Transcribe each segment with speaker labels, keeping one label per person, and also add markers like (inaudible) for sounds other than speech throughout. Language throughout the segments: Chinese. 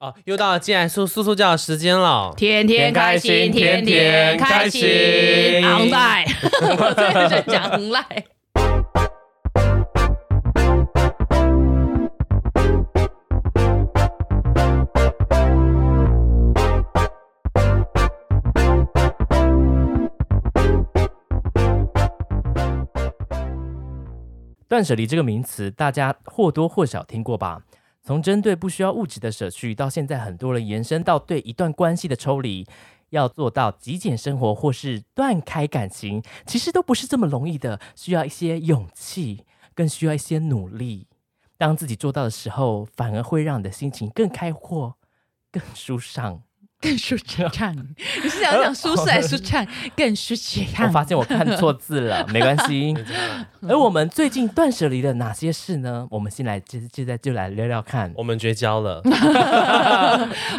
Speaker 1: 哦，又到了既然叔叔叔教的时间了，
Speaker 2: 天天开心，天
Speaker 1: 天
Speaker 2: 天
Speaker 1: 天
Speaker 2: 开
Speaker 1: 开
Speaker 2: 心
Speaker 1: 心，
Speaker 2: 昂
Speaker 1: (laughs)
Speaker 2: 赖，我最近在讲昂赖。
Speaker 3: 断舍离这个名词，大家或多或少听过吧？从针对不需要物质的舍去，到现在很多人延伸到对一段关系的抽离，要做到极简生活或是断开感情，其实都不是这么容易的，需要一些勇气，更需要一些努力。当自己做到的时候，反而会让你的心情更开阔、更舒畅。
Speaker 2: 更舒畅，你是想讲舒适还是舒
Speaker 1: 哦
Speaker 2: 畅？更舒畅。
Speaker 3: 我发现我看错字了，没关系。而我们最近断舍离了哪些事呢？我们先来，现现在就来聊聊看。
Speaker 1: 我们绝交
Speaker 3: (laughs)
Speaker 1: 了。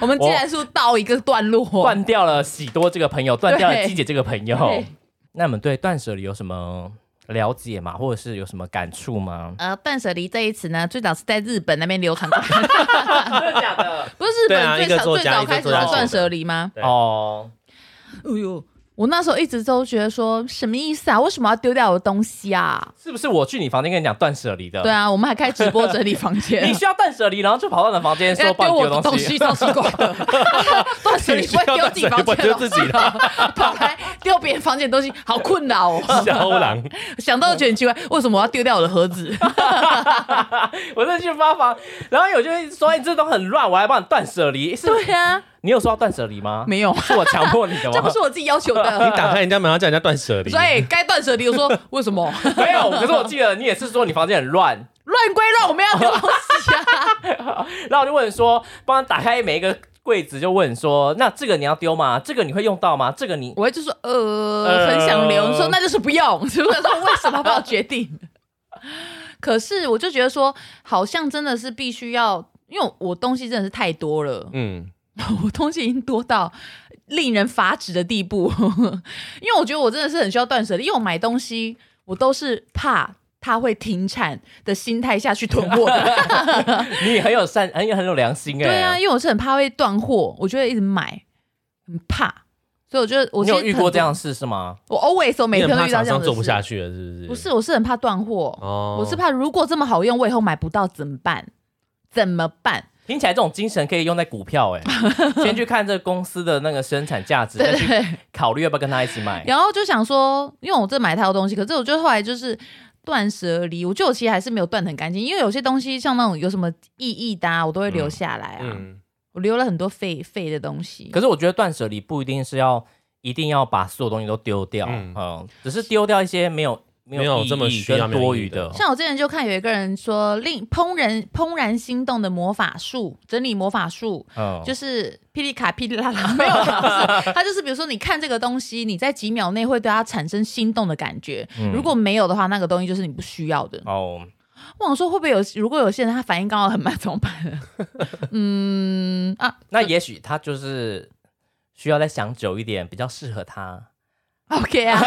Speaker 2: 我们既然说到一个段落，
Speaker 3: 断掉了喜多这个朋友，断掉了
Speaker 2: 对
Speaker 3: 季姐这个朋友
Speaker 2: 对。
Speaker 3: 那你们对断舍离有什么了解吗？或者是有什么感触吗？
Speaker 2: 呃，断舍离这一词呢，最早是在日本那边流
Speaker 1: (laughs)
Speaker 2: 传过来，
Speaker 3: 真的假的？
Speaker 2: 不是日
Speaker 1: 对啊
Speaker 2: 本
Speaker 1: 一个
Speaker 2: 最早
Speaker 1: 作
Speaker 2: 最
Speaker 1: 家
Speaker 2: 早
Speaker 1: 一个
Speaker 2: 开始
Speaker 1: 作家
Speaker 2: 是
Speaker 1: 写的
Speaker 2: 断舍离吗？
Speaker 1: 对
Speaker 3: 哦，
Speaker 2: 哎呦，我那时候一直都觉得说什么意思啊？为什么要丢掉我的东西啊？
Speaker 3: 是不是我去你房间跟你讲断舍离的？
Speaker 2: 对啊，我们还开直播整理房间
Speaker 3: 你。需要断舍离，然后就跑到你的房间说
Speaker 2: 要
Speaker 3: 帮
Speaker 2: 丢
Speaker 3: 你
Speaker 2: 我
Speaker 3: 丢
Speaker 2: 的东西，。超奇怪的。断舍离不会丢自己房
Speaker 1: 不会
Speaker 2: 间，
Speaker 1: 丢自己的，
Speaker 2: (laughs) 跑来丢别人房间的东西，好困扰哦。
Speaker 1: 肖
Speaker 3: (laughs)
Speaker 1: 郎，
Speaker 2: 想到就觉得很奇怪，为什么我要丢掉我的盒子？
Speaker 3: (laughs) 我再去发房，然后有就会说哎你这都很乱，我还帮你断舍离。是
Speaker 2: 对啊，
Speaker 3: 你有说要断舍离吗？
Speaker 2: (laughs) 没有，啊
Speaker 3: 是我强迫你的
Speaker 2: (laughs) 这
Speaker 3: 吗
Speaker 2: 不？是我自己要求的。
Speaker 1: 你打开人家门，要叫人家断舍离。
Speaker 2: (laughs) 所以该断舍离，我说为什么
Speaker 3: (laughs) 没有，可是我记得你也是说你房间很乱，
Speaker 2: (laughs) 乱归乱，我们要丢东西 (laughs) 啊？
Speaker 3: 然后我就问说，帮他打开每一个柜子，就问说，那这个你要丢吗？这个你会用到吗？这个你
Speaker 2: 我就说呃，
Speaker 3: 呃
Speaker 2: 很想留，说那就是不用， (laughs) 是不是？说为什么不要决定？ (laughs) 可是我就觉得说，好像真的是必须要，因为我东西真的是太多了，
Speaker 1: 嗯，
Speaker 2: 我东西已经多到令人发指的地步， (laughs) 因为我觉得我真的是很需要断舍离，因为我买东西我都是怕它会停产的心态下去囤货
Speaker 3: (laughs)
Speaker 2: 的。
Speaker 3: 啊你也很有善，很有很有良心哎、
Speaker 2: 对啊，因为我是很怕会断货，我就会一直买，很怕，所以我觉得我
Speaker 3: 你有
Speaker 2: 其实
Speaker 3: 遇过
Speaker 2: 很
Speaker 3: 这样的事是吗？
Speaker 2: 多，我 always 我每
Speaker 1: 你
Speaker 2: 天
Speaker 1: 很
Speaker 2: 都
Speaker 1: 怕
Speaker 2: 遇到
Speaker 1: 厂
Speaker 2: 这样
Speaker 1: 商
Speaker 2: 的
Speaker 1: 做不下
Speaker 2: 事。
Speaker 1: 去了，是不是？
Speaker 2: 不是，我是很怕断货，
Speaker 1: 哦
Speaker 2: 我是怕如果这么好用，我以后买不到怎么办？怎么办？
Speaker 3: 听起来这种精神可以用在股票
Speaker 2: (laughs)
Speaker 3: 哎、先去看这个公司的那个生产价值，
Speaker 2: 啊对
Speaker 3: 再
Speaker 2: 对
Speaker 3: 去
Speaker 2: 对。
Speaker 3: 考虑要不要跟他一起买。
Speaker 2: 然后就想说，因为我这买太多东西，可是我就后来就是断舍离，我觉得我其实还是没有断得很干净，因为有些东西像那种有什么意义的、啊，我都会留下来啊，
Speaker 1: 嗯，
Speaker 2: 我留了很多废废的东西
Speaker 3: 可。是我觉得断舍离不一定是要一定要把所有东西都丢掉，嗯
Speaker 1: 嗯
Speaker 3: 只是丢掉一些没有没有
Speaker 1: 没有
Speaker 3: 意
Speaker 1: 这么
Speaker 3: 义
Speaker 1: 需要
Speaker 3: 跟
Speaker 1: 没有
Speaker 3: 多
Speaker 1: 意义
Speaker 3: 余
Speaker 1: 的
Speaker 3: 的。
Speaker 2: 像我之前就看有一个人说，令怦然怦然心动的魔法术，整理魔法术，
Speaker 3: 嗯
Speaker 2: 就是噼里卡噼里啦啦，没有啦，不是，它就是比如说你看这个东西，你在几秒内会对它产生心动的感觉，
Speaker 3: 嗯
Speaker 2: 如果没有的话，那个东西就是你不需要的。
Speaker 3: 哦，
Speaker 2: 我想说会不会有，如果有些人他反应刚好很慢， (laughs) 怎么办？嗯啊
Speaker 3: 那也许他就是需要再想久一点，比较适合他。
Speaker 1: (laughs)
Speaker 2: ，OK 啊，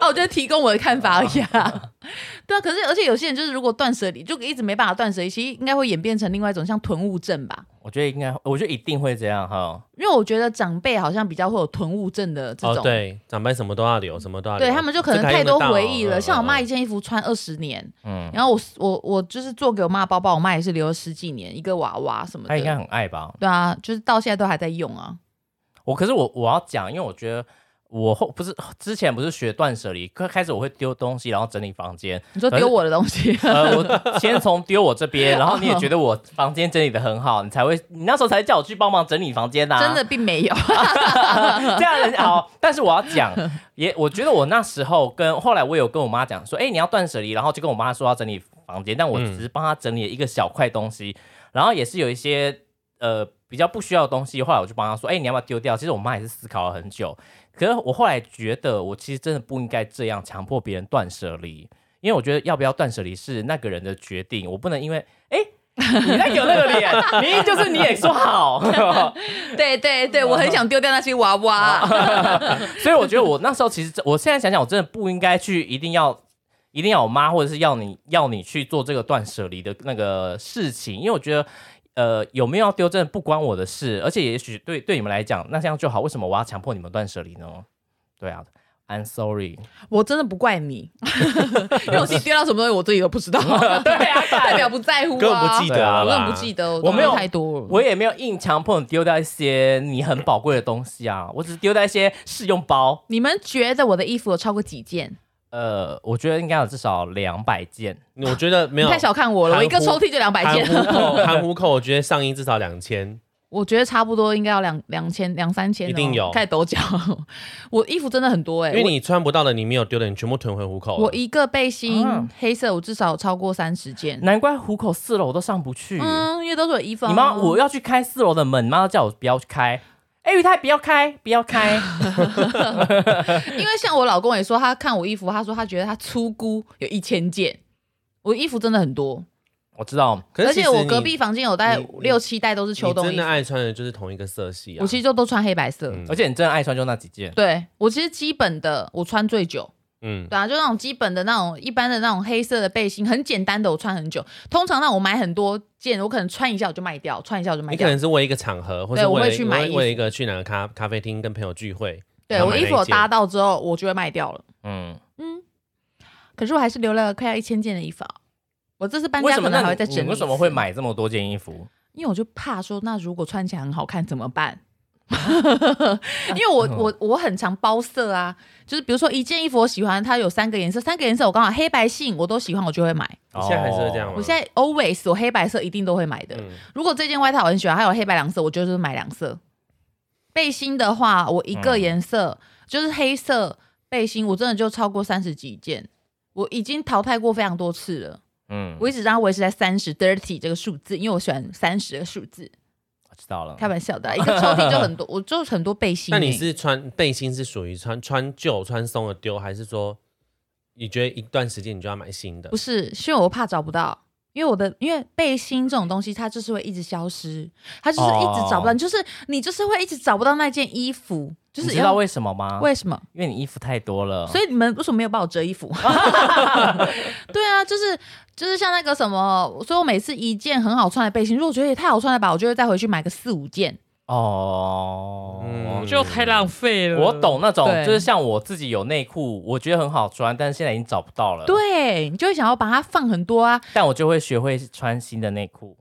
Speaker 2: 啊，我就提供我的看法而已啊。对啊，可是而且有些人就是如果断舍离，就一直没办法断舍离，其实应该会演变成另外一种像囤物症吧。
Speaker 3: 我觉得应该，我觉得一定会这样哈。
Speaker 2: 因为我觉得长辈好像比较会有囤物症的这
Speaker 1: 哦
Speaker 2: 种，，
Speaker 1: 对，长辈什么都要留，什么都要留。
Speaker 2: 对他们就可能
Speaker 1: 这个还
Speaker 2: 太
Speaker 1: 用得
Speaker 2: 多
Speaker 1: 到
Speaker 2: 回忆了。
Speaker 1: 嗯
Speaker 2: 像我妈
Speaker 1: 嗯
Speaker 2: 一件衣服穿二十年，
Speaker 3: 嗯，
Speaker 2: 然后我我我就是做给我妈的包包，我妈也是留了十几年，一个娃娃什么
Speaker 3: 他应该
Speaker 2: 的。
Speaker 3: 很爱吧？
Speaker 2: 对啊，就是到现在都还在用啊。
Speaker 3: 我可是我我要讲，因为我觉得我后不是之前不是学断舍离，刚开始我会丢东西，然后整理房间。
Speaker 2: 你说丢我的东西，
Speaker 3: 呃，我先从丢我这边，然后你也觉得我房间整理的很好，你才会，你那时候才叫我去帮忙整理房间呐、啊。
Speaker 2: 真的并没有。 (laughs)
Speaker 3: (laughs) 这样人好，但是我要讲，也我觉得我那时候跟后来我有跟我妈讲说，哎、你要断舍离，然后就跟我妈说要整理房间，但我只是帮她整理了一个小块东西，然后也是啊有一些呃比较不需要的东西，后来我就帮她说，哎、你要不要丢掉？其实我妈也是思考了很久，可是我后来觉得我其实真的不应该这样强迫别人断舍离，因为我觉得要不要断舍离是那个人的决定，我不能因为哎。诶你在有那个脸，明明就是你也说好，
Speaker 2: 对对
Speaker 1: 啊
Speaker 2: 对，我很想丢掉那些娃娃。
Speaker 3: 所以我觉得我那时候其实真，我现在想想，我真的不应该去，一定要，一定要我妈或者是要你要你去做这个断舍离的那个事情，因为我觉得呃有没有要丢，真的不关我的事，而且也许对对你们来讲，那这样就好。为什么我要强迫你们断舍离呢？对啊，I'm sorry。
Speaker 2: 我真的不怪你，因为我自己丢到什么东西我自己都不知道，(laughs)
Speaker 3: 对啊，
Speaker 2: 代表不在乎
Speaker 1: 根本
Speaker 2: 啊
Speaker 1: 不记，得啊
Speaker 2: 我根本
Speaker 1: 啦，
Speaker 2: 不记得，
Speaker 3: 我没有
Speaker 2: 东西太多了。
Speaker 3: 我也没有硬强迫你丢掉一些你很宝贵的东西啊，我只是丢掉一些试用包。
Speaker 2: 你们觉得我的衣服有超过几件？
Speaker 3: 呃，我觉得应该有至少两百件。
Speaker 1: 我觉得没
Speaker 2: 你
Speaker 1: 有
Speaker 2: 太小看我了，
Speaker 1: 含
Speaker 2: 我
Speaker 1: 糊
Speaker 2: 一个抽屉就两百
Speaker 1: 含
Speaker 2: 件，
Speaker 1: 糊
Speaker 2: (laughs)
Speaker 1: 口，含糊口，我觉得上衣至少两千，
Speaker 2: 我觉得差不多应该要两两千两三千哦，
Speaker 1: 一定有
Speaker 2: 开始抖脚。 (laughs) 我衣服真的很多哎、
Speaker 1: 因为你穿不到的，你没有丢的，你全部囤回虎口
Speaker 2: 我
Speaker 1: 了
Speaker 2: 我。一个背心、
Speaker 3: 嗯
Speaker 2: 黑色，我至少超过三十件。
Speaker 3: 难怪虎口四楼都上不去。
Speaker 2: 嗯，因为都是我衣服啊。
Speaker 3: 你妈，我要去开四楼的门，你妈要叫我不要去开。哎、玉泰，不要开，不要
Speaker 2: (laughs)
Speaker 3: 开。
Speaker 2: (laughs) 因为像我老公也说，他看我衣服，他说他觉得他粗估有一千件，我衣服真的很多，
Speaker 3: 我知道，
Speaker 1: 可
Speaker 2: 而
Speaker 1: 是其
Speaker 2: 且
Speaker 1: 实
Speaker 2: 我
Speaker 1: 你
Speaker 2: 隔壁房间有大概
Speaker 1: 你
Speaker 2: 五六七袋都是秋冬
Speaker 1: 你
Speaker 2: 衣
Speaker 1: 真的，
Speaker 2: 服
Speaker 1: 爱穿的就是同一个色系啊。
Speaker 2: 我其实就都穿黑白色。
Speaker 1: 嗯
Speaker 3: 而且你真的爱穿就那几件。
Speaker 2: 对我其实基本的我穿最久，
Speaker 1: 嗯，
Speaker 2: 对啊，就那种基本的那种一般的那种黑色的背心，很简单的我穿很久。通常那种我买很多件，我可能穿一下我就卖掉，穿一下我就卖
Speaker 1: 你可
Speaker 2: 掉。
Speaker 1: 能是为一个场合，或
Speaker 2: 对
Speaker 1: 者
Speaker 2: 我
Speaker 1: 为
Speaker 2: 会
Speaker 1: 了
Speaker 2: 去买
Speaker 1: 为
Speaker 2: 衣服
Speaker 1: 为了一个去哪个咖咖啡厅跟朋友聚会，
Speaker 2: 对
Speaker 1: 要
Speaker 2: 我
Speaker 1: 买
Speaker 2: 衣服
Speaker 1: 那
Speaker 2: 我
Speaker 1: 一件
Speaker 2: 搭到之后，我就会卖掉了。
Speaker 3: 嗯，
Speaker 2: 可是我还是留了快要一千件的衣服、啊，我这次搬
Speaker 3: 为
Speaker 2: 家
Speaker 3: 什
Speaker 2: 可
Speaker 3: 么
Speaker 2: 能
Speaker 3: 那
Speaker 2: 还会
Speaker 3: 你
Speaker 2: 再整理。
Speaker 3: 你为什么会？买这么多件衣服？
Speaker 2: 因为我就怕说，那如果穿起来很好看怎么
Speaker 3: (laughs)
Speaker 2: 办？因为
Speaker 3: 嗯
Speaker 2: 我我我很常包色啊，就是比如说一件衣服我喜欢，它有三个颜色，三个颜色我刚好黑白性我都喜欢，我就会买。
Speaker 1: 你现在还是会这样吗？
Speaker 2: 我
Speaker 3: 嗯
Speaker 2: 现在 always 我黑白色一定都会买的。
Speaker 1: 嗯
Speaker 2: 如果这件外套我很喜欢，还有黑白两色，我就是买两色。背心的话，我一个
Speaker 3: 嗯
Speaker 2: 颜色、就是黑色背心，我真的就超过三十几件，我已经淘汰过非常多次了。
Speaker 3: 嗯，
Speaker 2: 我一直让它维持在三十 dirty 这个数字，因为我喜欢三十个数字。
Speaker 3: 我知道了。
Speaker 2: 开玩笑的啊，一个抽屉就很多，我就很多背心
Speaker 1: 那
Speaker 2: 欸、
Speaker 1: 你是穿背心是属于穿穿旧穿松的丢，还是说你觉得一段时间你就要买新的
Speaker 2: 不？是，是因为我怕找不到，因为我的因为背心这种东西，它就是会一直消失，它就是一直找不到，
Speaker 3: 哦
Speaker 2: 就是你就是会一直找不到那件衣服，就
Speaker 3: 你
Speaker 2: 是
Speaker 3: 知道
Speaker 2: 要
Speaker 3: 为什么吗？
Speaker 2: 为什么？
Speaker 3: 因为你衣服太多了。
Speaker 2: 所以你们为什么没有帮我折衣服？对啊，就是就是像那个什么，所以我每次一件很好穿的背心，如果我觉得也太好穿了吧，我就会再回去买个四五件。
Speaker 3: 哦，
Speaker 1: 嗯
Speaker 4: 就太浪费了。
Speaker 3: 我懂那种，
Speaker 2: 对
Speaker 3: 就是像我自己有内裤，我觉得很好穿，但是现在已经找不到了。，
Speaker 2: 对，你就会想要把它放很多啊，
Speaker 3: 但我就会学会穿新的内
Speaker 2: (laughs)
Speaker 3: 裤。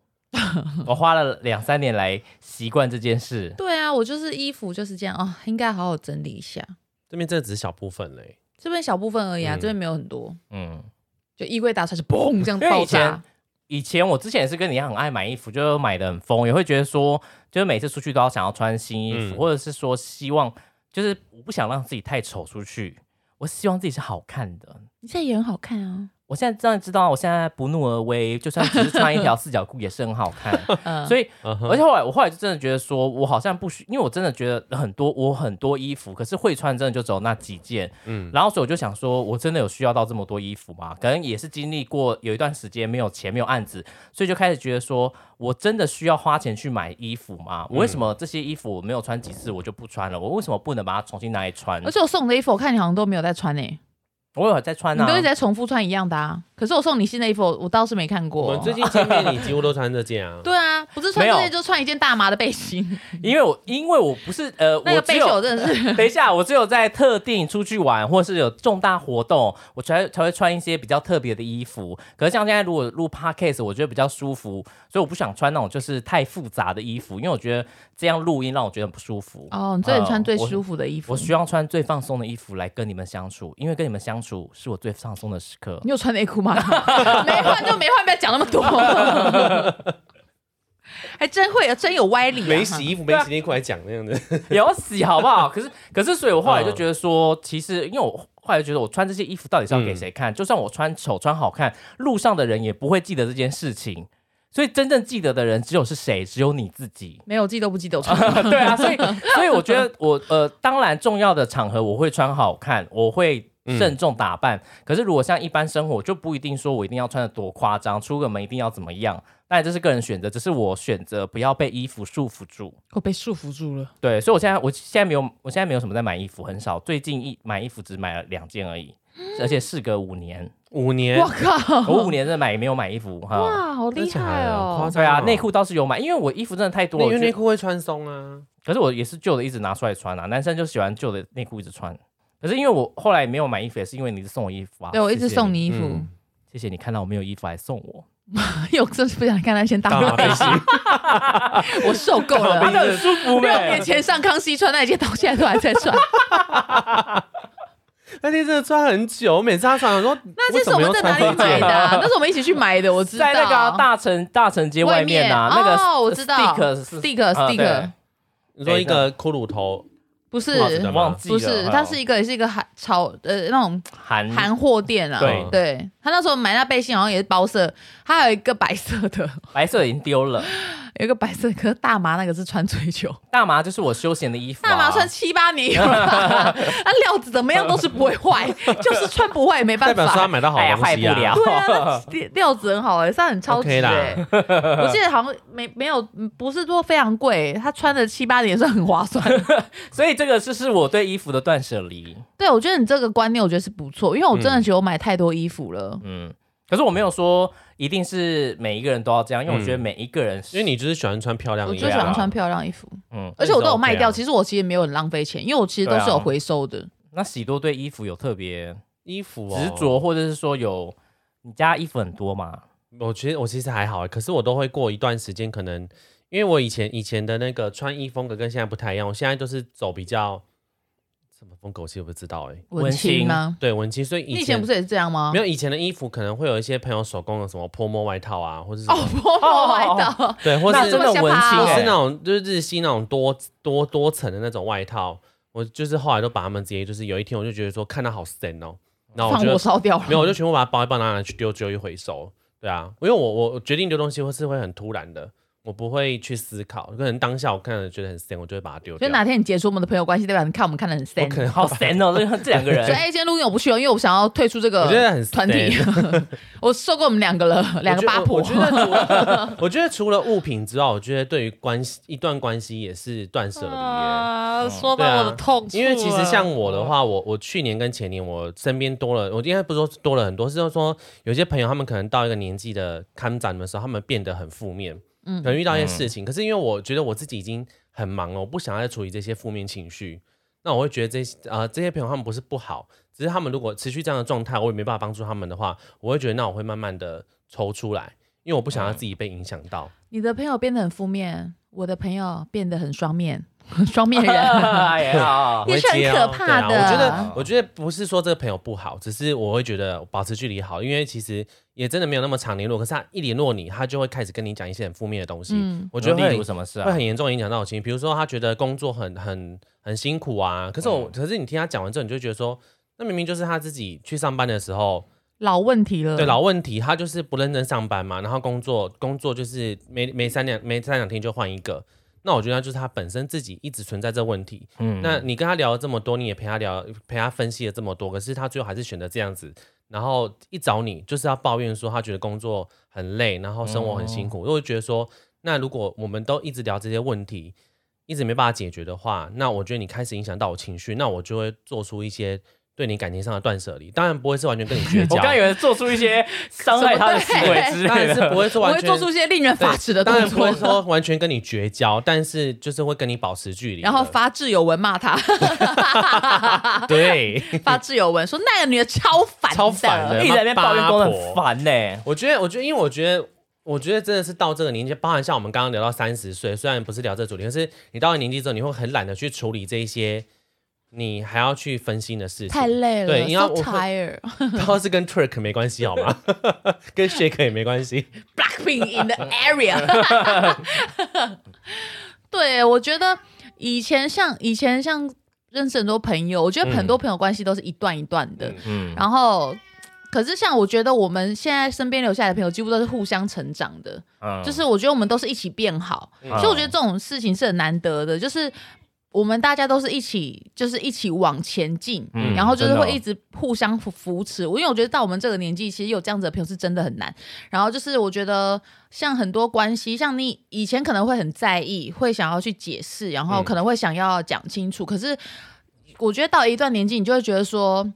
Speaker 3: 我花了两三年来习惯这件事。
Speaker 2: 对啊，我就是衣服就是这样哦，应该好好整理一下。
Speaker 1: 这边这只是小部分嘞，
Speaker 2: 这边小部分而已啊，
Speaker 1: 嗯
Speaker 2: 这边没有很多，
Speaker 3: 嗯，
Speaker 2: 就衣柜打出来是
Speaker 3: (laughs)
Speaker 2: 嘣这样
Speaker 3: 因为
Speaker 2: 爆
Speaker 3: 以前
Speaker 2: 炸。
Speaker 3: 以前我之前也是跟你一样很爱买衣服，就是买的很疯，也会觉得说，就是每次出去都要想要穿新衣服，
Speaker 1: 嗯
Speaker 3: 或者是说希望，就是我不想让自己太丑出去，我希望自己是好看的。
Speaker 2: 你现在也很好看啊，
Speaker 3: 我现在当然知道，我现在不怒而威，就算只是穿
Speaker 2: (laughs)
Speaker 3: 一条四角裤也是很好看。
Speaker 2: 嗯，
Speaker 3: 所以
Speaker 1: 嗯
Speaker 3: 而
Speaker 1: 哼，
Speaker 3: 且后来我后来就真的觉得说，我好像不需，因为我真的觉得很多我很多衣服，可是会穿真的就只有那几件，
Speaker 1: 嗯，
Speaker 3: 然后所以我就想说，我真的有需要到这么多衣服吗？可能也是经历过有一段时间没有钱没有案子，所以就开始觉得说我真的需要花钱去买衣服吗？我为
Speaker 1: 嗯
Speaker 3: 什么这些衣服我没有穿几次我就不穿了？我为什么不能把它重新拿来穿
Speaker 2: 而？且我送你的衣服，我看你好像都没有在穿诶、
Speaker 3: 我有在穿
Speaker 2: 你
Speaker 3: 啊
Speaker 2: 都一直，在重复穿一样的啊。可是我送你新的衣服，我倒是没看
Speaker 1: 我
Speaker 2: 过
Speaker 1: 们。最近见面你几乎都穿这件啊，
Speaker 2: (laughs) 对啊，不是穿
Speaker 3: 没有
Speaker 2: 这件就穿一件大麻的背
Speaker 3: (laughs)
Speaker 2: 心，
Speaker 3: 因为我因为我不是呃，
Speaker 2: 那个
Speaker 3: 我只
Speaker 2: 背心我
Speaker 3: 有。
Speaker 2: 真的
Speaker 3: (laughs)
Speaker 2: 是
Speaker 3: 等一下，我只有在特定出去玩，或是有重大活动，我才才会穿一些比较特别的衣服。可是像现在如果录 podcast，我觉得比较舒服，所以我不想穿那种就是太复杂的衣服，因为我觉得这样录音让我觉得很不舒服。
Speaker 2: 哦，你这里穿最
Speaker 3: 呃我
Speaker 2: 舒服的衣服
Speaker 3: 我。需要穿最放松的衣服来跟你们相处，因为跟你们相处是我最放松的时刻。
Speaker 2: 你有穿内裤
Speaker 3: (laughs)
Speaker 2: 吗？没换就没换，不要讲那么多。还真会，真有歪理、啊。。
Speaker 1: 没洗衣服没洗内裤还讲那样的，
Speaker 3: (laughs) 也要洗好不好？可是可是，所以我后来就觉得说，其实因为我后来就觉得我穿这些衣服到底是要给谁看？就算我穿丑穿好看，路上的人也不会记得这件事情。所以真正记得的人只有是谁？只有你自己 (laughs)
Speaker 2: 没有，我自己都不记得我穿。
Speaker 3: 对啊，所以所以我觉得我呃，当然重要的场合我会穿好看，我会慎重打扮。可是如果像一般生活，我就不一定说我一定要穿的多夸张，出个门一定要怎么样。当然这是个人选择，只是我选择不要被衣服束缚住。
Speaker 2: 我被束缚住了。
Speaker 3: 对，所以我现在我现在没有，我现在没有什么在买衣服，很少。最近一买衣服只买了两件而已。而且事隔五年，
Speaker 1: 五年
Speaker 2: 我，靠，
Speaker 3: 我五年真的买也没有买衣服哈。
Speaker 2: 哦哇，好
Speaker 1: 真
Speaker 2: 厉
Speaker 1: 的假
Speaker 2: 害
Speaker 1: 的
Speaker 2: 哦
Speaker 1: 夸！
Speaker 3: 对啊，
Speaker 1: 张哦
Speaker 3: 内裤倒是有买，因为我衣服真的太多
Speaker 1: 因为
Speaker 3: 了，
Speaker 1: 内
Speaker 3: 就
Speaker 1: 裤会穿松 (laughs) 啊。
Speaker 3: 可是我也是旧的一直拿出来穿啊。男生就喜欢旧的内裤一直穿，可是因为我后来没有买衣服，也是因为你一直送我衣服啊。
Speaker 2: 对我一直
Speaker 3: 谢谢
Speaker 2: 送
Speaker 3: 你，
Speaker 2: 你衣服
Speaker 1: 嗯，
Speaker 3: 谢谢你看到我没有衣服还送我，
Speaker 2: (laughs) 因为我真是不想看那些大
Speaker 1: 大
Speaker 2: 码
Speaker 1: 马
Speaker 2: 背
Speaker 1: 飞
Speaker 2: 心，
Speaker 1: 机，
Speaker 2: 我受够
Speaker 1: 大
Speaker 2: 了。
Speaker 1: 马
Speaker 3: 很舒服
Speaker 2: 六
Speaker 3: 欸
Speaker 2: 年前上康熙穿那一件，到现在都还在 (laughs) 穿。
Speaker 1: 那天真的穿很久，我每次他穿，我说
Speaker 2: 那件是我们在哪里买的？啊？那是我们一起去买的，我知道。
Speaker 3: 在那个啊大城大城街外面啊，
Speaker 2: 外
Speaker 3: 那
Speaker 2: 面
Speaker 3: 个
Speaker 2: 哦我知道
Speaker 3: stick 是
Speaker 2: stick
Speaker 3: 啊
Speaker 2: stick
Speaker 1: 你说一个骷髅头，
Speaker 2: 不是
Speaker 1: 袜子
Speaker 3: 对
Speaker 1: 的
Speaker 3: 忘记了，
Speaker 2: 不是，它是一个也是一个韩潮呃那种
Speaker 3: 韩
Speaker 2: 韩货店啊。
Speaker 1: 嗯
Speaker 3: 对
Speaker 2: 对，他那时候买那背心好像也是包色，它还有一个白色的，
Speaker 3: 白色已经丢了，
Speaker 2: 有一个白色的，可是大麻那个是穿最久，
Speaker 3: 大麻就是我休闲的衣服、啊，
Speaker 2: 大麻穿七
Speaker 1: (laughs)
Speaker 2: 八年 (laughs) 了吧，那料子怎么样都是不会坏，就是穿不坏也没
Speaker 1: 代
Speaker 2: 办
Speaker 1: 表说他
Speaker 2: 法。
Speaker 1: 买到好
Speaker 3: 哎呀
Speaker 1: 东
Speaker 3: 坏不
Speaker 1: 西啊
Speaker 3: 了。
Speaker 2: 对啊，那料子很好哎、欸，算很超值
Speaker 1: OK 啦
Speaker 2: 哎、 (laughs) 我记得好像没没有，不是说非常贵，他穿了七八年算很划
Speaker 1: (laughs)
Speaker 2: 算。
Speaker 3: 所以这个是是我对衣服的断舍离。
Speaker 2: 对，我觉得你这个观念我觉得是不错，因为我真的
Speaker 1: 嗯
Speaker 2: 觉得我买太多衣服了。
Speaker 3: 嗯，可是我没有说一定是每一个人都要这样，因为我觉得每一个人
Speaker 1: 嗯
Speaker 3: 是，
Speaker 1: 因为你就是喜欢穿漂亮
Speaker 2: 我
Speaker 1: 的衣
Speaker 2: 就
Speaker 1: 服
Speaker 2: 喜欢
Speaker 1: 啊，
Speaker 2: 穿漂亮衣服，
Speaker 3: 嗯，
Speaker 2: 而且我都有卖掉。
Speaker 1: 那时候 OK 啊
Speaker 2: 其实我其实没有很浪费钱，因为我其实都是
Speaker 3: 对啊
Speaker 2: 有回收的。
Speaker 3: 那喜多对衣服有特别
Speaker 1: 衣服哦
Speaker 3: 执着，或者是说有你家衣服很多嘛？
Speaker 1: 我其实我其实还好欸，可是我都会过一段时间，可能因为我以前以前的那个穿衣风格跟现在不太一样，我现在都是走比较什么风格，我其实不知道哎、
Speaker 3: 文
Speaker 2: 文青
Speaker 3: 青
Speaker 2: 吗？
Speaker 1: 对，文青，所以
Speaker 2: 你以
Speaker 1: 前
Speaker 2: 前啊不是也是这样吗
Speaker 1: 没？有以前的衣服，可能会有一些朋友手工的什么泼墨外套啊，或是什
Speaker 2: 哦
Speaker 1: 么，
Speaker 2: 我我买到，
Speaker 1: 对，或
Speaker 3: 那
Speaker 1: 是
Speaker 3: 真的文青、
Speaker 1: 或
Speaker 2: 我
Speaker 3: 欸，
Speaker 1: 是那种就是日系那种多多多层的那种外套，我就是后来都把它们直接就是有一天我就觉得说看它好深哦，然后我
Speaker 2: 放
Speaker 1: 就
Speaker 2: 火烧掉了。
Speaker 1: 没有，我就全部把它包一包拿拿去丢，只有一回收。对啊，因为我我我决定丢东西会是会很突然的，我不会去思考，可能当下我看了觉得很深，我就会把它丢
Speaker 2: 所
Speaker 1: 掉
Speaker 2: 以。哪天你解除我们的朋友关系，代表你看我们看的很
Speaker 1: 我
Speaker 2: sad。
Speaker 1: 可能
Speaker 3: 好神
Speaker 1: (laughs)
Speaker 3: 哦，这这两个
Speaker 2: 所以
Speaker 3: 人
Speaker 2: 哎，今天录音我不去了，因为我想要退出这个
Speaker 1: 我觉得
Speaker 2: (laughs)
Speaker 1: 很
Speaker 2: 团体。我受够我们两个了，两个八婆
Speaker 1: 我。觉得我 (laughs) 觉得除了我觉得除了物品之外，我觉得对于关系一段关系也是断舍离耶。
Speaker 4: 啊，说
Speaker 1: 对
Speaker 4: 到
Speaker 1: 啊
Speaker 4: 我的痛处了。
Speaker 1: 因为其实像我的话，我我去年跟前年我身边多了，我应该不是说多了很多，是就是说有些朋友他们可能到一个年纪的看展的时候，他们变得很负面，
Speaker 2: 嗯
Speaker 1: 可能遇到一些事情。可是因为我觉得我自己已经很忙了，我不想再处理这些负面情绪。那我会觉得这些呃这些朋友他们不是不好，只是他们如果持续这样的状态，我也没办法帮助他们的话，我会觉得那我会慢慢的抽出来，因为我不想要自己被影响到。
Speaker 2: 你的朋友变得很负面，我的朋友变得很双面， (laughs) 双
Speaker 1: (laughs)
Speaker 2: 面人。
Speaker 3: (laughs) 哎呀，
Speaker 2: 也是
Speaker 1: 我
Speaker 2: 很
Speaker 1: 会接哦
Speaker 2: 可怕
Speaker 1: 对啊我觉
Speaker 2: 的
Speaker 1: 得，我觉得不是说这个朋友不好，只是我会觉得保持距离好，因为其实也真的没有那么常联络。可是他一联络你，他就会开始跟你讲一些很负面的东西。
Speaker 2: 嗯
Speaker 1: 我觉得
Speaker 3: 例
Speaker 1: 会
Speaker 3: 如什么事
Speaker 1: 会
Speaker 3: 啊？
Speaker 1: 很严重影响到我情绪。比如说，他觉得工作很很很辛苦啊，可是我，可是你听他讲完之后，你就觉得说，那明明就是他自己去上班的时候，
Speaker 2: 老问题了。
Speaker 1: 对老问题，他就是不认真上班嘛，然后工作工作就是每每三两每三两天就换一个。那我觉得就是他本身自己一直存在这问题，
Speaker 3: 嗯
Speaker 1: 那你跟他聊了这么多，你也陪他聊，陪他分析了这么多，可是他最后还是选择这样子。然后一找你就是要抱怨说他觉得工作很累，然后生活很辛苦。我就觉得说，那如果我们都一直聊这些问题，一直没办法解决的话，那我觉得你开始影响到我情绪，那我就会做出一些对你感情上的断舍离。当然不会是完全跟你绝 (laughs)
Speaker 3: 我
Speaker 1: 交，
Speaker 3: 刚以为做出一些伤害他的行为之
Speaker 1: 当
Speaker 3: 类
Speaker 1: 然是
Speaker 3: 的，
Speaker 1: 不会是
Speaker 2: 我
Speaker 1: 完
Speaker 2: 会
Speaker 1: 全
Speaker 2: 做出一些令人发指的
Speaker 1: 当
Speaker 2: 动
Speaker 1: 然不
Speaker 2: 作
Speaker 1: 会，说完全跟你绝交，但是就是会跟你保持距离的。
Speaker 2: 然后发挚友文骂
Speaker 1: (laughs)
Speaker 2: 他，
Speaker 1: 对。
Speaker 2: 发挚友文说那个女的超烦的，
Speaker 1: 超烦的
Speaker 3: (laughs) 一直在那边抱怨工作很烦呢、
Speaker 1: 我觉得，我觉得，因为我觉得，我觉得真的是到这个年纪，包含像我们刚刚聊到三十岁，虽然不是聊这个主题，可是你到了年纪之后，你会很懒得去处理这一些你还要去分心的事情。
Speaker 2: 太累了，
Speaker 1: 对因为
Speaker 2: so
Speaker 1: 我
Speaker 2: tired。
Speaker 1: 然后是跟 trick 没关系好
Speaker 2: (laughs)
Speaker 1: 吗？跟 shake 也没关系。
Speaker 2: Blackpink in the area 。 (laughs) 对，我觉得以前像以前像认识很多朋友，我觉得很多朋友关系都是一段一段的。
Speaker 3: 嗯，
Speaker 2: 然后，可是像我觉得我们现在身边留下来的朋友，几乎都是互相成长的。
Speaker 3: 嗯
Speaker 2: 就是我觉得我们都是一起变好，
Speaker 1: 嗯
Speaker 2: 所以我觉得这种事情是很难得的，就是。我们大家都是一起，就是一起往前进，
Speaker 3: 嗯
Speaker 2: 然后就是
Speaker 3: 真的哦
Speaker 2: 会一直互相扶扶持。我因为我觉得到我们这个年纪，其实有这样子的朋友是真的很难。然后就是我觉得像很多关系，像你以前可能会很在意，会想要去解释，然
Speaker 3: 嗯
Speaker 2: 后可能会想要讲清楚。可是我觉得到一段年纪，你就会觉得说，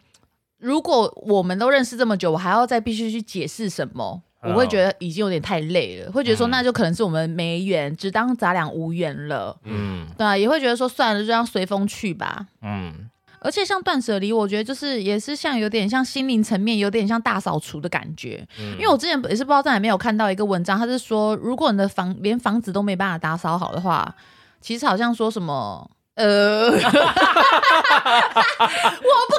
Speaker 2: 如果我们都认识这么久，我还要再必须去解释什么，
Speaker 3: 嗯
Speaker 2: 我会觉得已经有点太累了，会觉得说
Speaker 3: 嗯
Speaker 2: 那就可能是我们没缘，只当咱俩无缘了。
Speaker 3: 嗯
Speaker 2: 对啊，也会觉得说算了，就让随风去吧。
Speaker 3: 嗯，
Speaker 2: 而且像断舍离，我觉得就是也是像有点像心灵层面，有点像大扫除的感觉。
Speaker 3: 嗯
Speaker 2: 因为我之前也是不知道在哪边有看到一个文章，他是说，如果你的房连房子都没办法打扫好的话，其实好像说什么。
Speaker 3: (laughs)
Speaker 2: 呃，我不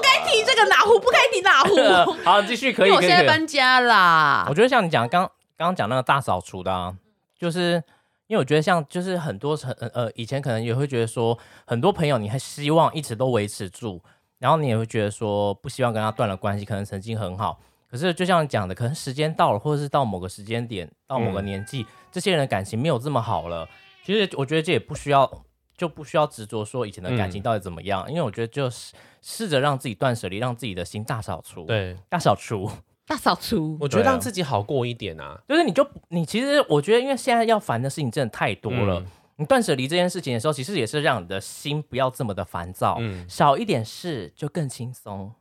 Speaker 2: 该提这个哪壶，不该提哪壶，因
Speaker 3: (laughs) 好，继续可以
Speaker 2: 为我
Speaker 3: 可以
Speaker 2: 现在
Speaker 3: 可以。
Speaker 2: 搬家啦
Speaker 3: 我。觉得像你讲刚刚刚讲那个大扫除的啊，就是因为我觉得像就是很多很呃以前可能也会觉得说很多朋友你还希望一直都维持住，然后你也会觉得说不希望跟他断了关系，可能曾经很好。可是就像你讲的，可能时间到了，或者是到某个时间点，到某个
Speaker 1: 嗯
Speaker 3: 年纪，这些人的感情没有这么好了。其实我觉得这也不需要，就不需要执着说以前的
Speaker 2: 嗯
Speaker 3: 感情到底怎么样，因为我觉得就是试着让自己断舍离，让自己的心大扫除，，
Speaker 1: 对，
Speaker 3: 大扫除。
Speaker 2: 大扫除，
Speaker 1: 我觉得
Speaker 3: 对啊
Speaker 1: 让自己好过一点啊。
Speaker 3: 就是你就不你其实我觉得，因为现在要烦的事情真的太多了。
Speaker 1: 嗯
Speaker 3: 你断舍离这件事情的时候，其实也是让你的心不要这么的烦躁，
Speaker 1: 嗯
Speaker 3: 少一点事就更轻松。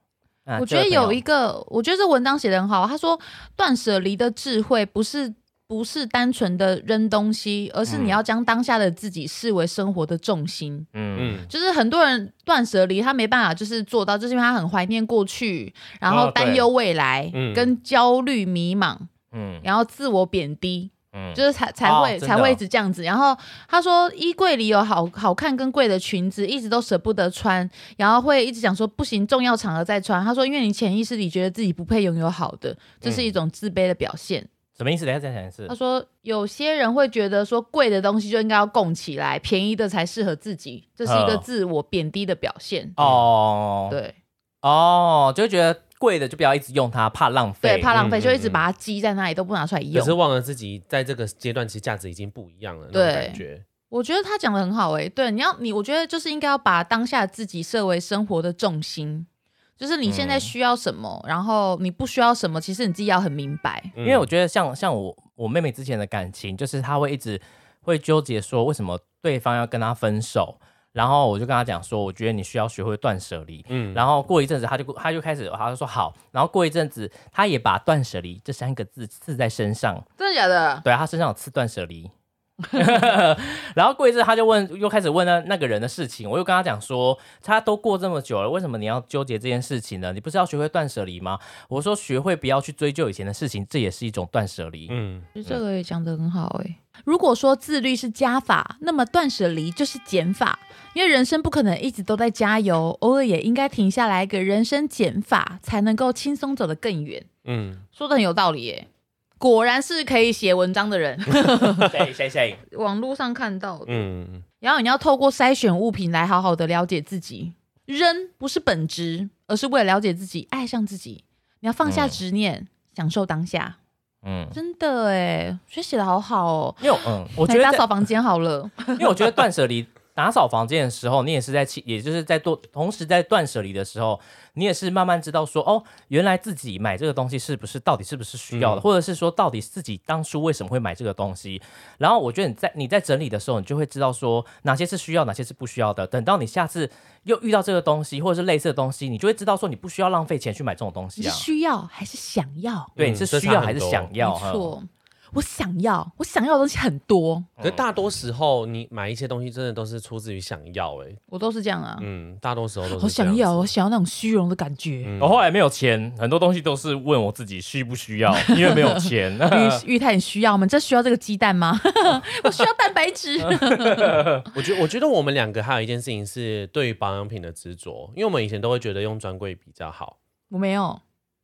Speaker 3: 啊
Speaker 2: 我觉得有一
Speaker 3: 这位
Speaker 2: 个，我觉得这文章写的很好。他说，断舍离的智慧不是不是单纯的扔东西，而是
Speaker 3: 嗯
Speaker 2: 你要将当下的自己视为生活的重心。
Speaker 3: 朋友嗯
Speaker 1: 嗯，
Speaker 2: 就是很多人断舍离，他没办法就是做到，就是因为他很怀念过去，然后
Speaker 3: 哦对
Speaker 2: 担忧未来，
Speaker 1: 嗯
Speaker 2: 跟焦虑迷茫，
Speaker 3: 嗯
Speaker 2: 然后自我贬低，
Speaker 3: 嗯
Speaker 2: 就是才才
Speaker 3: 哦
Speaker 2: 会、
Speaker 3: 真的
Speaker 2: 才会一直这样子。然后他说，衣柜里有好好看跟贵的裙子，一直都舍不得穿，然后会一直讲说不行，重要场合再穿。他说，因为你潜意识里觉得自己不配拥有好的，这
Speaker 3: 嗯
Speaker 2: 是一种自卑的表现。
Speaker 3: 什么意思？等一下再讲一次
Speaker 2: 他。说，有些人会觉得说贵的东西就应该要供起来，便宜的才适合自己，这是一个
Speaker 3: 哦
Speaker 2: 自我贬低的表现。
Speaker 3: 哦，
Speaker 2: 对
Speaker 3: 哦，就会觉得贵的就不要一直用它，怕浪费。
Speaker 2: 对，怕浪费，
Speaker 1: 嗯
Speaker 2: 就一
Speaker 1: 嗯
Speaker 2: 直
Speaker 1: 嗯
Speaker 2: 把它积在那里，都不拿出来
Speaker 1: 可
Speaker 2: 用
Speaker 1: 是。忘了自己在这个阶段其实价值已经不一样了，那种
Speaker 2: 对
Speaker 1: 感觉。
Speaker 2: 我觉得他讲的很好诶、欸对，你要你，我觉得就是应该要把当下自己设为生活的重心，就是你
Speaker 1: 嗯
Speaker 2: 现在需要什么，然后你不需要什么，其实你自己要很明白。
Speaker 1: 因
Speaker 3: 因为我觉得像像我我妹妹之前的感情，就是她会一直会纠结说为什么对方要跟她分手，然后我就跟她讲说，我觉得你需要学会断舍离。
Speaker 1: 嗯
Speaker 3: 然后过一阵子，她就她就开始，她就说好。然后过一阵子，她也把断舍离这三个字刺在身上，
Speaker 2: 真的假的？
Speaker 3: 对她身上有刺断舍离。 (laughs) 然后过一阵，她就问，又开始问那那个人的事情。我又跟她讲说，她都过这么久了，为什么你要纠结这件事情呢？你不是要学会断舍离吗？我说，学会不要去追究以前的事情，这也是一种断舍离。
Speaker 1: 嗯，
Speaker 2: 其实这个也讲得很好诶、如果说自律是加法，那么断舍离就是减法，因为人生不可能一直都在加油，偶尔也应该停下来给人生减法，才能够轻松走得更远。
Speaker 1: 嗯，
Speaker 2: 说的很有道理耶、果然是可以写文章的人。
Speaker 3: 谁谁谁？
Speaker 2: (laughs) 网络上看到的。
Speaker 1: 嗯，
Speaker 2: 然后你要透过筛选物品来好好的了解自己。扔不是本质，而是为了了解自己，爱上自己。你要放下
Speaker 3: 嗯
Speaker 2: 执念，享受当下。
Speaker 3: 嗯，
Speaker 2: 真的哎，学写的好好哦。
Speaker 3: 因为我嗯，我
Speaker 2: 我
Speaker 3: 觉得
Speaker 2: 打扫房间
Speaker 1: (laughs)
Speaker 2: 好了，
Speaker 3: 因为我觉得断舍离打扫房间的时候，你也是在清，也就是在做，同时在断舍离的时候，你也是慢慢知道说，哦，原来自己买这个东西是不是到底是不是需要
Speaker 1: 嗯
Speaker 3: 的，或者是说到底自己当初为什么会买这个东西。然后我觉得你在你在整理的时候，你就会知道说哪些是需要，哪些是不需要的。等到你下次又遇到这个东西或者是类似的东西，你就会知道说你不需要浪费钱去买这种东
Speaker 2: 你
Speaker 3: 西
Speaker 2: 是
Speaker 3: 啊。
Speaker 2: 需要还是想要？
Speaker 3: 对，
Speaker 1: 嗯
Speaker 3: 你是
Speaker 1: 这
Speaker 3: 需
Speaker 1: 差
Speaker 3: 要
Speaker 1: 很
Speaker 3: 还是
Speaker 1: 多
Speaker 3: 想要？嗯
Speaker 2: 没
Speaker 3: 哈
Speaker 2: 错，我想要，我想要的东西很多，
Speaker 1: 可是大多时候你买一些东西，真的都是出自于想要，哎，
Speaker 2: 我都是这样啊。
Speaker 1: 嗯，大多时候都是
Speaker 2: 好想
Speaker 1: 这样
Speaker 2: 要，哦
Speaker 1: 子
Speaker 2: 我想要那种虚荣的感觉。
Speaker 1: 嗯
Speaker 3: 我后来没有钱，很多东西都是问我自己需不需要，因为没有钱。 (laughs)
Speaker 1: 嗯
Speaker 2: 玉玉太，你需要吗？你这需要这个鸡
Speaker 1: (laughs)
Speaker 2: 蛋吗？我需要蛋白质。
Speaker 1: 嗯我觉我觉得我们两个还有一件事情是对于保养品的执着，因为我们以前都会觉得用专柜比较好，
Speaker 2: 我没有，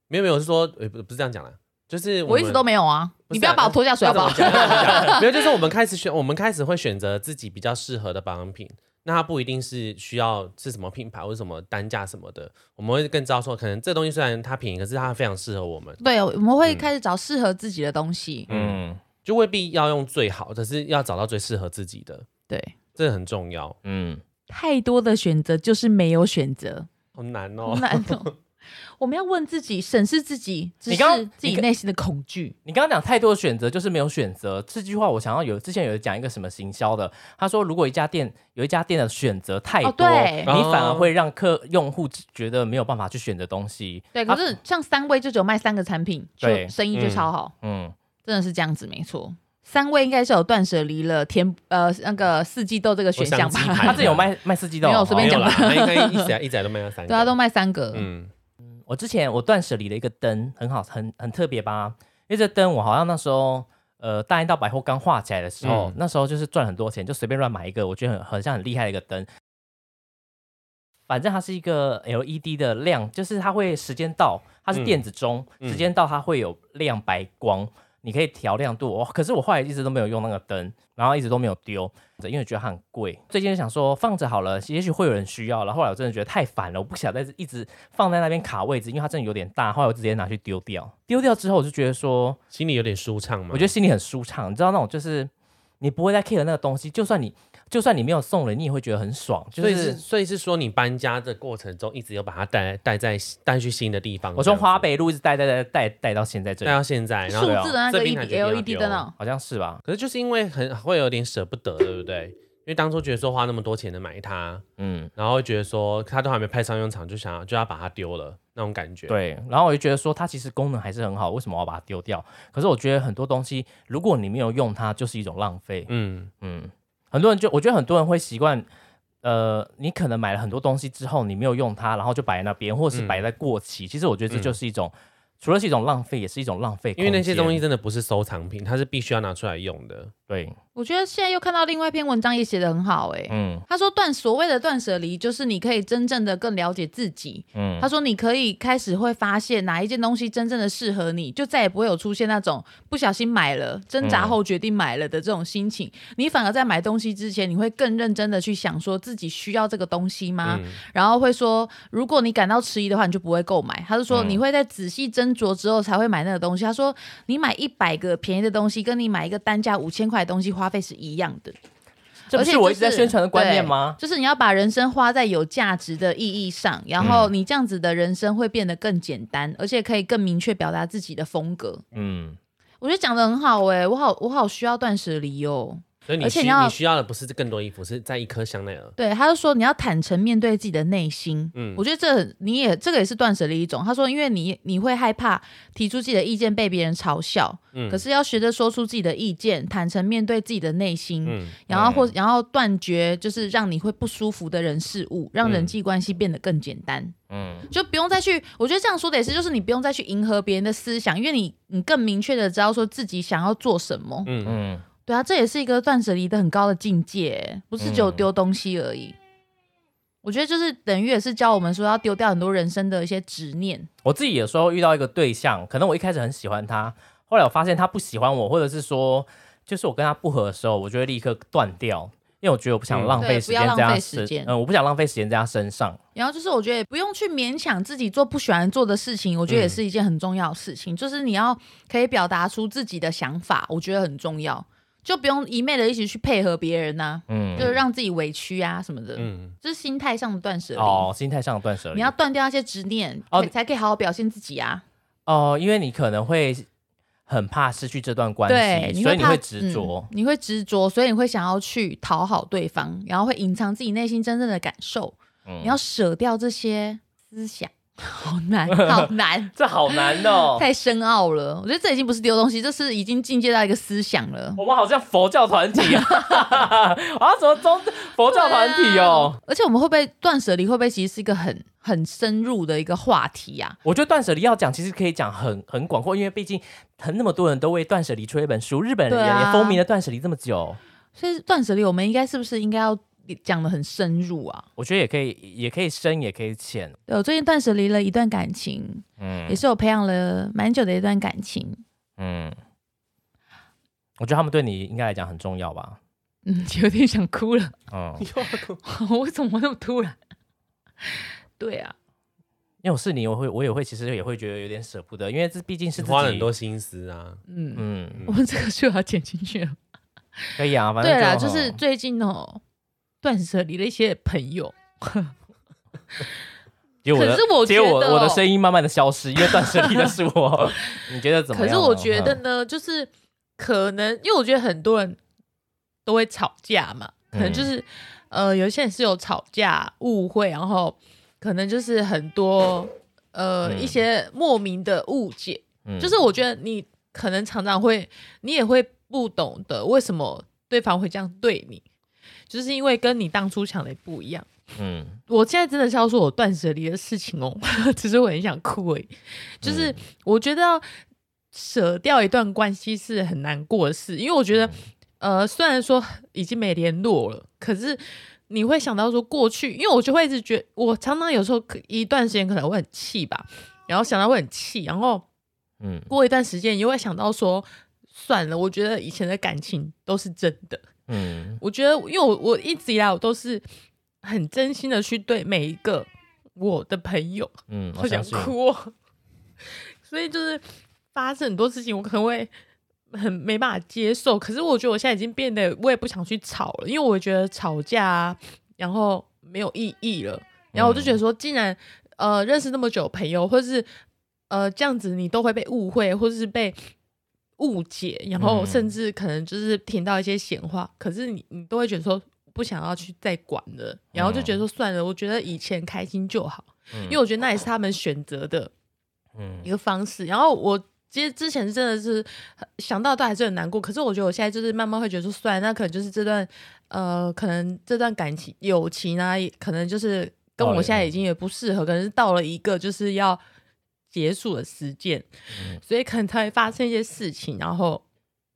Speaker 1: 没有没有是说呃不不是这样讲啦，就是
Speaker 2: 我一直
Speaker 1: 们
Speaker 2: 都没有啊，
Speaker 1: 不
Speaker 2: 你
Speaker 1: 是啊
Speaker 2: 不要把我拖下水好不好
Speaker 1: 那？怎么讲那怎么讲没有，就是我们开始选，我们开始会选择自己比较适合的保养品。那它不一定是需要是什么品牌或者什么单价什么的，我们会更知道说，可能这东西虽然它便宜，可是它非常适合我们，
Speaker 2: 对，我们会开始找适合自己的东西。
Speaker 3: 嗯
Speaker 1: 就未必要用最好，可是要找到最适合自己的，
Speaker 2: 对，
Speaker 1: 这很重要。
Speaker 3: 嗯，
Speaker 2: 太多的选择就是没有选择，
Speaker 1: 好难
Speaker 2: 好
Speaker 1: 哦，
Speaker 2: 难哦。我们要问自己，审视自己，只
Speaker 3: 你刚
Speaker 2: 是自己内心的恐惧。
Speaker 3: 你刚刚讲太多的选择就是没有选择，这句话我想要有之前有讲一个什么行销的，他说如果一家店有一家店的选择太多，
Speaker 2: 哦对
Speaker 3: 你反而会让客用户觉得没有办法去选择东西。
Speaker 2: 对，
Speaker 3: 他
Speaker 2: 可是像三位就只有卖三个产品，就
Speaker 3: 对
Speaker 2: 生意就超好，
Speaker 3: 嗯，
Speaker 2: 真的是这样子，没错。三位应该是有断舍离了甜呃那个四季豆这个选项
Speaker 1: 我想鸡排
Speaker 2: 吧？
Speaker 3: 他这有卖卖四季豆，哦
Speaker 2: 没有随
Speaker 1: 没
Speaker 2: 便
Speaker 1: 有
Speaker 2: 讲
Speaker 1: 啦，他
Speaker 2: 吧
Speaker 1: 应该一直以来一直以来都卖到三个，
Speaker 2: (laughs) 对啊，都卖三个。
Speaker 1: 嗯，
Speaker 3: 我之前我断舍离了一个灯，很好，很很特别吧？因为这灯我好像那时候呃大一到百货刚画起来的时候，
Speaker 1: 嗯
Speaker 3: 那时候就是赚很多钱，就随便乱买一个，我觉得很很像很厉害的一个灯。反正它是一个 LED 的亮，就是它会时间到，它是电子钟，
Speaker 1: 嗯
Speaker 3: 时间到它会有亮白光，你可以调亮度。哦哇、可是我后来一直都没有用那个灯，然后一直都没有丢，因为觉得它很贵。最近就想说放着好了，也许会有人需要。然后后来我真的觉得太烦了，我不想再一直放在那边卡位置，因为它真的有点大。后来我直接拿去丢掉。丢掉之后，我就觉得说，
Speaker 1: 心里有点舒畅嘛。
Speaker 3: 我觉得心里很舒畅。你知道那种就是你不会再 care 那个东西，就算你就算你没有送人，你也会觉得很爽。就
Speaker 1: 所以是
Speaker 3: 是
Speaker 1: 所以是说你搬家的过程中一直有把它带带在带去新的地方。
Speaker 3: 我从华
Speaker 1: 这样
Speaker 3: 北路一直带带带带带到现在这
Speaker 1: 子
Speaker 3: 里
Speaker 1: 带，到现在，然后
Speaker 2: 数
Speaker 3: 对啊
Speaker 2: 字的那
Speaker 1: 这
Speaker 2: 个
Speaker 1: 边感觉一定要啊
Speaker 2: LED 灯哦，
Speaker 3: 好像是吧？
Speaker 1: 可是就是因为很会有点舍不得，对不对？因为当初觉得说花那么多钱能买它，
Speaker 3: 嗯。
Speaker 1: 然后会觉得说它都还没派上用场，就想要就要把它丢了那种感觉。，
Speaker 3: 对，然后我就觉得说它其实功能还是很好，为什么我要把它丢掉？可是我觉得很多东西，如果你没有用它，就是一种浪费。
Speaker 1: 嗯，
Speaker 3: 嗯，很多人就我觉得很多人会习惯，呃，你可能买了很多东西之后，你没有用它，然后就摆在那边，或是
Speaker 1: 嗯
Speaker 3: 摆在过期。其实我觉得这就是一种，除了是一种浪费，也是一种浪费空
Speaker 1: 因
Speaker 3: 间。
Speaker 1: 为那些东西真的不是收藏品，它是必须要拿出来用的。
Speaker 3: 对，
Speaker 2: 我觉得现在又看到另外一篇文章也写得很好哎、
Speaker 3: 嗯
Speaker 2: 他说断所谓的断舍离，就是你可以真正的更了解自己。
Speaker 3: 嗯
Speaker 2: 他，说你可以开始会发现哪一件东西真正的适合你，就再也不会有出现那种不小心买了、挣
Speaker 3: 嗯
Speaker 2: 扎后决定买了的这种心情。你反而在买东西之前，你会更认真的去想说自己需要这个东西吗？
Speaker 1: 嗯
Speaker 2: 然后会说，如果你感到迟疑的话，你就不会购买。他是说
Speaker 3: 嗯
Speaker 2: 你会在仔细斟酌之后才会买那个东西。他说你买一百个便宜的东西，跟你买一个单价五千块的东西花费是一样的。
Speaker 3: 这不
Speaker 2: 而且
Speaker 3: 是我一
Speaker 2: 就
Speaker 3: 直在
Speaker 2: 是
Speaker 3: 宣传的观念
Speaker 2: 对
Speaker 1: 嗯
Speaker 3: 吗？
Speaker 2: 就是你要把人生花在有价值的意义上，然后
Speaker 3: 嗯
Speaker 2: 你这样子的人生会变得更简单，而且可以更明确表达自己的风格。
Speaker 3: 嗯，
Speaker 2: 我觉得讲的很好哎、我好我好需要断舍离哦。
Speaker 1: 所以你
Speaker 2: 而且
Speaker 1: 需
Speaker 2: 你要
Speaker 1: 你需要的不是更多衣服，是在一颗香奈儿。
Speaker 2: 对，他就说你要坦诚面对自己的内心。
Speaker 1: 嗯
Speaker 2: 嗯，我觉得这很你也这个也是断舍离一种。他说，因为你你会害怕提出自己的意见被别人嘲笑，
Speaker 1: 嗯
Speaker 2: 可是要学着说出自己的意见，坦诚面对自己的内心，
Speaker 1: 嗯
Speaker 2: 然后或然后断绝就是让你会不舒服的人事物，让
Speaker 1: 嗯
Speaker 2: 人际关系变得更简单。
Speaker 3: 嗯，
Speaker 2: 就不用再去，我觉得这样说的也是，就是你不用再去迎合别人的思想，因为你你更明确的知道说自己想要做什么。
Speaker 1: 嗯，
Speaker 3: 嗯，
Speaker 2: 对啊，这也是一个断舍离的很高的境界，欸不是只有
Speaker 3: 嗯
Speaker 2: 丢东西而已。我觉得就是等于也是教我们说要丢掉很多人生的一些执念。
Speaker 3: 我自己有时候遇到一个对象，可能我一开始很喜欢他，后来我发现他不喜欢我，或者是说，就是我跟他不合的时候，我就会立刻断掉，因为我觉得我不想
Speaker 1: 嗯
Speaker 3: 浪费
Speaker 2: 对
Speaker 3: 时
Speaker 2: 不要
Speaker 3: 间在
Speaker 2: 浪
Speaker 3: 他
Speaker 2: 费
Speaker 3: 身
Speaker 2: 时，间
Speaker 3: 嗯，我不想浪费时间在他身上。
Speaker 2: 然后就是我觉得也不用去勉强自己做不喜欢做的事情，我
Speaker 3: 嗯
Speaker 2: 觉得也是一件很重要的事情。就是你要可以表达出自己的想法，我觉得很重要，就不用一昧的一起去配合别人呐、
Speaker 3: 嗯，
Speaker 2: 就是让自己委屈啊什么的。
Speaker 1: 嗯，
Speaker 2: 就是心态上的断舍离。
Speaker 3: 哦，心态上的断舍离。
Speaker 2: 你要断掉那些执念，
Speaker 3: 哦
Speaker 2: 可以才可以好好表现自己啊！
Speaker 3: 哦，因为你可能会很怕失去这段关
Speaker 2: 对，
Speaker 3: 系，所以你
Speaker 2: 怕
Speaker 3: 会执着
Speaker 2: 嗯。你会执着，所以你会想要去讨好对方，然后会隐藏自己内心真正的感受。
Speaker 3: 嗯
Speaker 2: 你要舍掉这些思想， (laughs) 好难，好难，
Speaker 3: 这 (laughs) 好难
Speaker 2: (laughs)
Speaker 3: 哦。
Speaker 2: 太深奥了。我觉得这已经不是丢东西，这是已经进阶到一个思想了。
Speaker 3: 我们好像佛教团
Speaker 2: (laughs)
Speaker 3: 体啊，啊，什么宗佛教团体哦？
Speaker 2: 而且我们会不会断舍离？会不会其实是一个很很深入的一个话题啊？
Speaker 3: 我觉得断舍离要讲，其实可以讲很很广阔，因为毕竟很那么多人都为断舍离出了一本书，日本人
Speaker 2: 对啊
Speaker 3: 也风靡了断舍离这么久，
Speaker 2: 所以断舍离，我们应该是不是应该要讲的很深入啊？
Speaker 3: 我觉得也可以，也可以深，也可以浅，
Speaker 2: 对我最近断舍离了一段感情，也
Speaker 3: 嗯
Speaker 2: 是我培养了蛮久的一段感情。
Speaker 3: 嗯，我觉得他们对你应该来讲很重要吧，
Speaker 2: 嗯， (laughs) 有点想哭了，
Speaker 3: 嗯，
Speaker 2: 为什么那么突然？ (laughs) 对啊，
Speaker 3: 因为我是你，我会我也会，其实也会觉得有点舍不得，因为这毕竟是
Speaker 1: 你
Speaker 3: 自己
Speaker 1: 花了很多，心思啊。
Speaker 2: 嗯，
Speaker 3: 嗯，
Speaker 2: 我们这个就要剪进去了。
Speaker 3: 可以啊，反正
Speaker 2: 对啦，
Speaker 3: 就
Speaker 2: 就是最近哦，断舍离了一些朋友。
Speaker 3: 结果
Speaker 5: 可是我
Speaker 3: 结果我
Speaker 5: 觉得哦
Speaker 3: 我的声音慢慢的消失，因为断舍离的是我。你觉得怎么
Speaker 2: 可
Speaker 3: 样呢？啊嗯
Speaker 2: 是我觉得呢，就是可能，因为我觉得很多人都会吵架嘛，可能
Speaker 3: 嗯
Speaker 2: 就是、呃，有一些人是有吵架误会，然后可能就是很多呃、
Speaker 3: 嗯
Speaker 2: 一些莫名的误解，
Speaker 3: 嗯，
Speaker 2: 就是我觉得你可能常常会，你也会不懂得为什么对方会这样对你，就是因为跟你当初想的不一样。
Speaker 3: 嗯
Speaker 2: 我现在真的是要说我断舍离的事情哦， (laughs) 只是我很想哭而已。就是我觉得要舍掉一段关系是很难过的事，因为我觉得，呃，虽然说已经没联络了，可是你会想到说过去，因为我就会一直觉我常常有时候可一段时间可能会很气吧，然后想到会很气，然后
Speaker 3: 嗯
Speaker 2: 过一段时间，你又会想到说，算了，我觉得以前的感情都是真的。
Speaker 3: 嗯
Speaker 2: 我觉得，因为我我一直以来我都是很真心的去对每一个我的朋友，
Speaker 3: 嗯，
Speaker 2: 好
Speaker 3: 我
Speaker 2: 想
Speaker 3: 相信。
Speaker 2: 哭、哦。 (laughs) 所以就是发生很多事情，我可能会很没办法接受。可是我觉得我现在已经变得，我也不想去吵了，因为我觉得吵架、啊、然后没有意义了。然后我就觉
Speaker 3: 嗯
Speaker 2: 得说，既然呃认识那么久的朋友，或是呃这样子，你都会被误会，或是被误解，然后
Speaker 3: 嗯
Speaker 2: 甚至可能就是听到一些闲话，可是你你都会觉得说不想要去再管了，然后就觉得说算了，我觉得以前开心就好。
Speaker 3: 哦嗯
Speaker 2: 因为我觉得那也是他们选择的
Speaker 3: 嗯
Speaker 2: 一个方式。然后我其实之前真的是呃想到都还是很难过，可是我觉得我现在就是慢慢会觉得说，算了，那可能就是这段呃，可能这段感情友情啊，也可能就是跟我现在已经也不适合，可能是到了一个就是要结束的时间，所以可能才会发生一些事情，然后。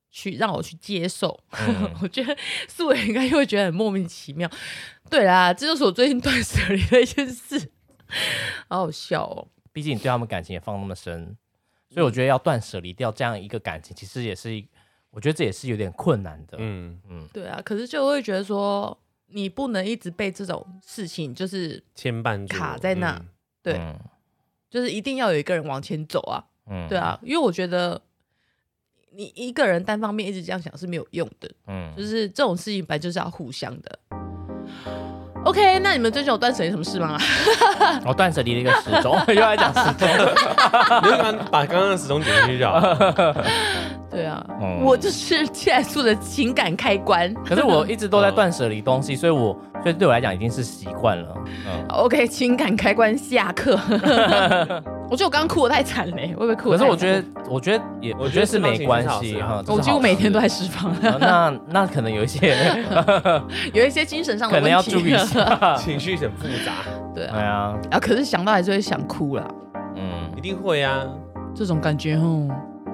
Speaker 2: 去让我去接受，
Speaker 3: 嗯
Speaker 2: (laughs) 我觉得素人应该会觉得很莫名其妙。对啦，这就是我最近断舍离的一件事，好好笑哦。
Speaker 3: 毕竟你对他们感情也放那么
Speaker 1: 嗯
Speaker 3: 深，所以我觉得要断舍离掉这样一个感情，其实也是一，我觉得这也是有点困难的。
Speaker 1: 嗯，
Speaker 2: 对啊，可是就会觉得说，你不能一直被这种事情，就是
Speaker 1: 牵绊住
Speaker 2: 卡在那
Speaker 1: 嗯
Speaker 2: 对
Speaker 3: 嗯
Speaker 2: 就是一定要有一个人往前走啊，
Speaker 3: 嗯
Speaker 2: 对，啊，因为我觉得你一个人单方面一直这样想是没有用的，
Speaker 3: 嗯
Speaker 2: 就是这种事情本来就是要互相的。OK，那你们最近有断舍离什么事吗？ (laughs)
Speaker 3: 我哦断舍离的一个时钟， (laughs) 又来讲时钟。
Speaker 2: (laughs)
Speaker 1: 你就刚把刚刚的时钟点进去就好 (laughs) 了。
Speaker 2: 对啊，
Speaker 3: 嗯
Speaker 2: 我就是现在素的情感开关。
Speaker 3: 可是我一直都在断舍离东西，所以我所以对我来讲已经是习惯了。嗯，
Speaker 2: OK，情感开关下课。
Speaker 3: (laughs)
Speaker 2: 我觉得我刚刚哭的太惨了，欸会不会哭？
Speaker 3: 可是我觉，得，我觉得也，
Speaker 1: 我
Speaker 3: 我
Speaker 1: 觉
Speaker 3: 觉
Speaker 1: 得
Speaker 3: 得是没关系
Speaker 1: 释放情绪是
Speaker 3: 哈
Speaker 1: 好。啊
Speaker 3: 这是
Speaker 2: 我几乎
Speaker 3: 好
Speaker 2: 每天
Speaker 3: 事
Speaker 2: 都在释放，
Speaker 3: 啊那那可能有
Speaker 2: (laughs)
Speaker 3: 一些，
Speaker 2: 有一些精神上的
Speaker 3: 可
Speaker 2: 问
Speaker 3: 能
Speaker 2: 题。
Speaker 3: 要注意一下。
Speaker 1: 情绪很复杂，
Speaker 2: 对啊
Speaker 3: (laughs) 对。啊，
Speaker 5: 啊，可是想到还是会想哭啦，
Speaker 1: 一
Speaker 3: 嗯，
Speaker 1: 定会啊。
Speaker 5: 这种感觉哦，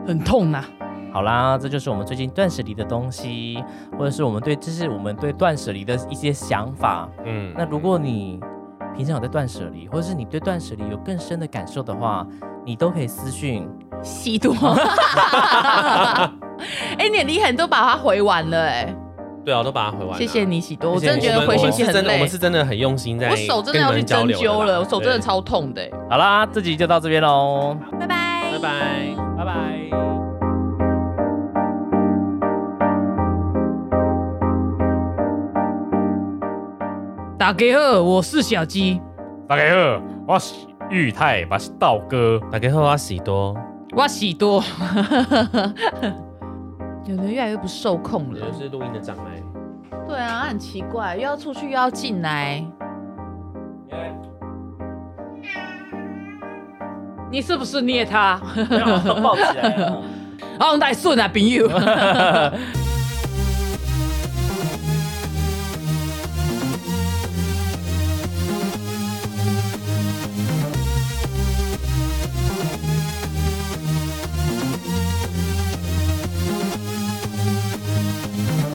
Speaker 5: 很痛呐、
Speaker 3: 好啦，这就是我们最近断舍离的东西，或者是我们对，这是我们对断舍离的一些想法。
Speaker 1: 嗯，
Speaker 3: 那如果你平常有在断舍离，或者是你对断舍离有更深的感受的话，你都可以私讯
Speaker 5: 吸毒。哦 (laughs) 哎、你很厉害，你都把它回完了哎、
Speaker 1: 对啊，我都把它回完了。
Speaker 5: 谢谢你喜多，我
Speaker 3: 谢谢
Speaker 5: 真的觉得
Speaker 1: 我们
Speaker 5: 回信
Speaker 1: 我们是
Speaker 5: 息很
Speaker 1: 真的，我
Speaker 5: 累
Speaker 1: 们，是真的很用心在
Speaker 5: 我
Speaker 1: 跟你
Speaker 5: 手
Speaker 1: 们
Speaker 5: 真的要去针
Speaker 1: 交流
Speaker 5: 灸
Speaker 1: 啦
Speaker 5: 了，我手真的
Speaker 1: 对
Speaker 5: 超痛的、哎
Speaker 3: 好啦，这集就到这边喽，
Speaker 5: 拜拜
Speaker 1: 拜拜。
Speaker 3: 拜拜。
Speaker 5: 打给二，我是小鸡，
Speaker 6: 大家好，我是裕泰，我是道哥。
Speaker 1: 打给后阿喜多，
Speaker 5: 我喜多。 (laughs) 有人越来越不受控
Speaker 1: 我觉
Speaker 5: 了
Speaker 1: 得。是录音的障碍。
Speaker 5: 对啊，很奇怪，又要出去又要进来。你是不是捏他？ (laughs)
Speaker 3: 啊
Speaker 5: 哦
Speaker 3: 抱起来了。
Speaker 5: 好，带顺啊，朋友。